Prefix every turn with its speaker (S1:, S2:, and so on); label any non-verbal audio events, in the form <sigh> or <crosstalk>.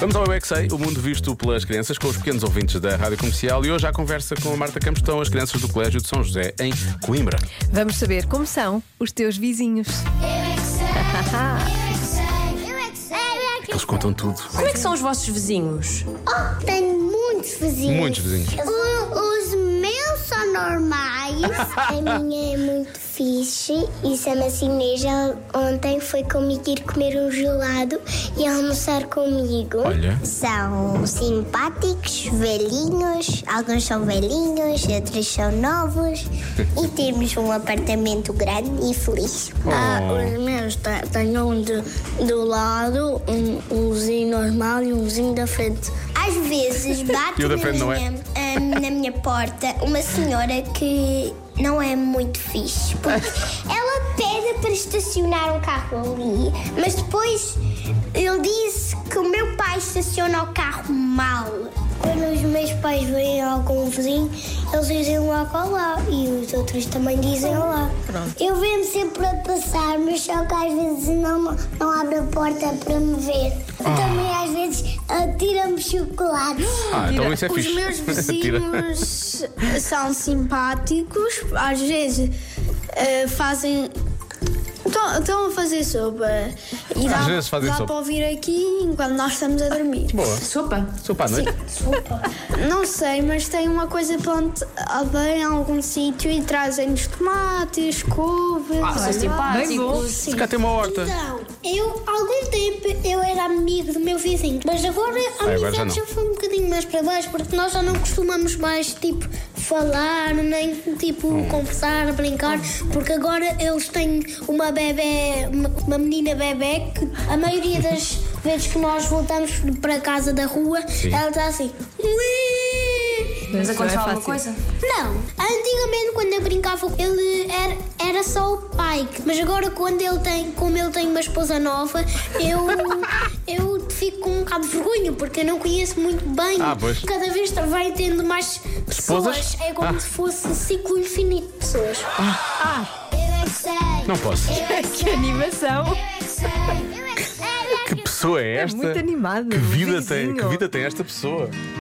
S1: Vamos ao UXA, o mundo visto pelas crianças, com os pequenos ouvintes da Rádio Comercial. E hoje à conversa com a Marta Campos estão as crianças do Colégio de São José, em Coimbra.
S2: Vamos saber como são os teus vizinhos.
S3: é é
S1: Eles contam tudo.
S4: Como é que são os vossos vizinhos?
S3: Oh, tenho muitos vizinhos.
S1: Muitos vizinhos.
S3: O- os meus são normais. a minha é muito fixe. E se a macineja ontem foi comigo ir comer um gelado e almoçar comigo.
S1: Olha.
S3: São simpáticos, velhinhos. Alguns são velhinhos, outros são novos. e temos um apartamento grande e feliz.
S1: Ah,
S3: os meus têm um do lado, um, umzinho normal e umzinho da frente. Às vezes bate
S1: E o da
S3: na
S1: frente não é?
S3: minha- ah, na minha porta uma senhora que não é muito fixe. Porque ela pede para estacionar um carro ali, mas depois ele disse que o meu pai estaciona o carro mal. Quando os meus pais veem algum vizinho, eles dizem logo olá e os outros também dizem olá. Eu venho sempre a passar, mas só que às vezes não, não abre a porta para me ver. Também às vezes atira-me chocolates.
S1: Ah, então isso é
S5: Os
S1: fixe.
S5: meus
S1: <laughs> Tira.
S5: vizinhos são simpáticos, às vezes eh, fazem. Estão a fazer sopa. E dá,
S1: Às vezes fazem
S5: dá
S1: sopa.
S5: para ouvir aqui enquanto nós estamos a dormir.
S1: Boa.
S4: Sopa?
S1: Sopa à noite.
S5: Não sei, mas tem uma coisa para onde alguém em algum sítio e trazem-nos tomates, couve.
S4: Ah, são
S2: Bem bom.
S4: simpáticos.
S1: Se cá tem uma horta.
S3: Então, eu, há algum tempo, eu era amigo do meu vizinho, mas agora a
S1: Ah, agora já não.
S3: amizade já foi um bocadinho mais para baixo, porque nós já não costumamos mais, tipo, falar, nem, tipo,
S1: Hum.
S3: conversar, brincar, porque agora eles têm uma bebê, uma, uma menina bebê, que a
S1: <laughs>
S3: maioria das vezes que nós voltamos para casa da rua, ela está assim... "Ué!"
S2: Isso
S4: Mas
S2: não
S4: aconteceu
S2: é
S4: alguma
S2: fácil.
S4: coisa?
S3: Não, antigamente quando eu brincava ele era, era só o pai, mas agora quando ele tem, como ele tem uma esposa nova,
S1: <laughs>
S3: eu eu fico com um bocado de vergonha porque eu não conheço muito bem.
S1: Ah, pois.
S3: Cada vez vai tendo mais
S1: Esposas?
S3: pessoas, é como
S1: Ah.
S3: se fosse um ciclo infinito de pessoas. Eu é que sei.
S1: Ah. Não posso.
S3: Eu é que sei.
S2: Que animação!
S3: Eu é que sei. Eu é que sei.
S1: <laughs> Que pessoa é esta?
S2: Muito animada.
S1: Que
S2: o
S1: vida, tem,
S2: vizinho.
S1: que vida tem esta pessoa?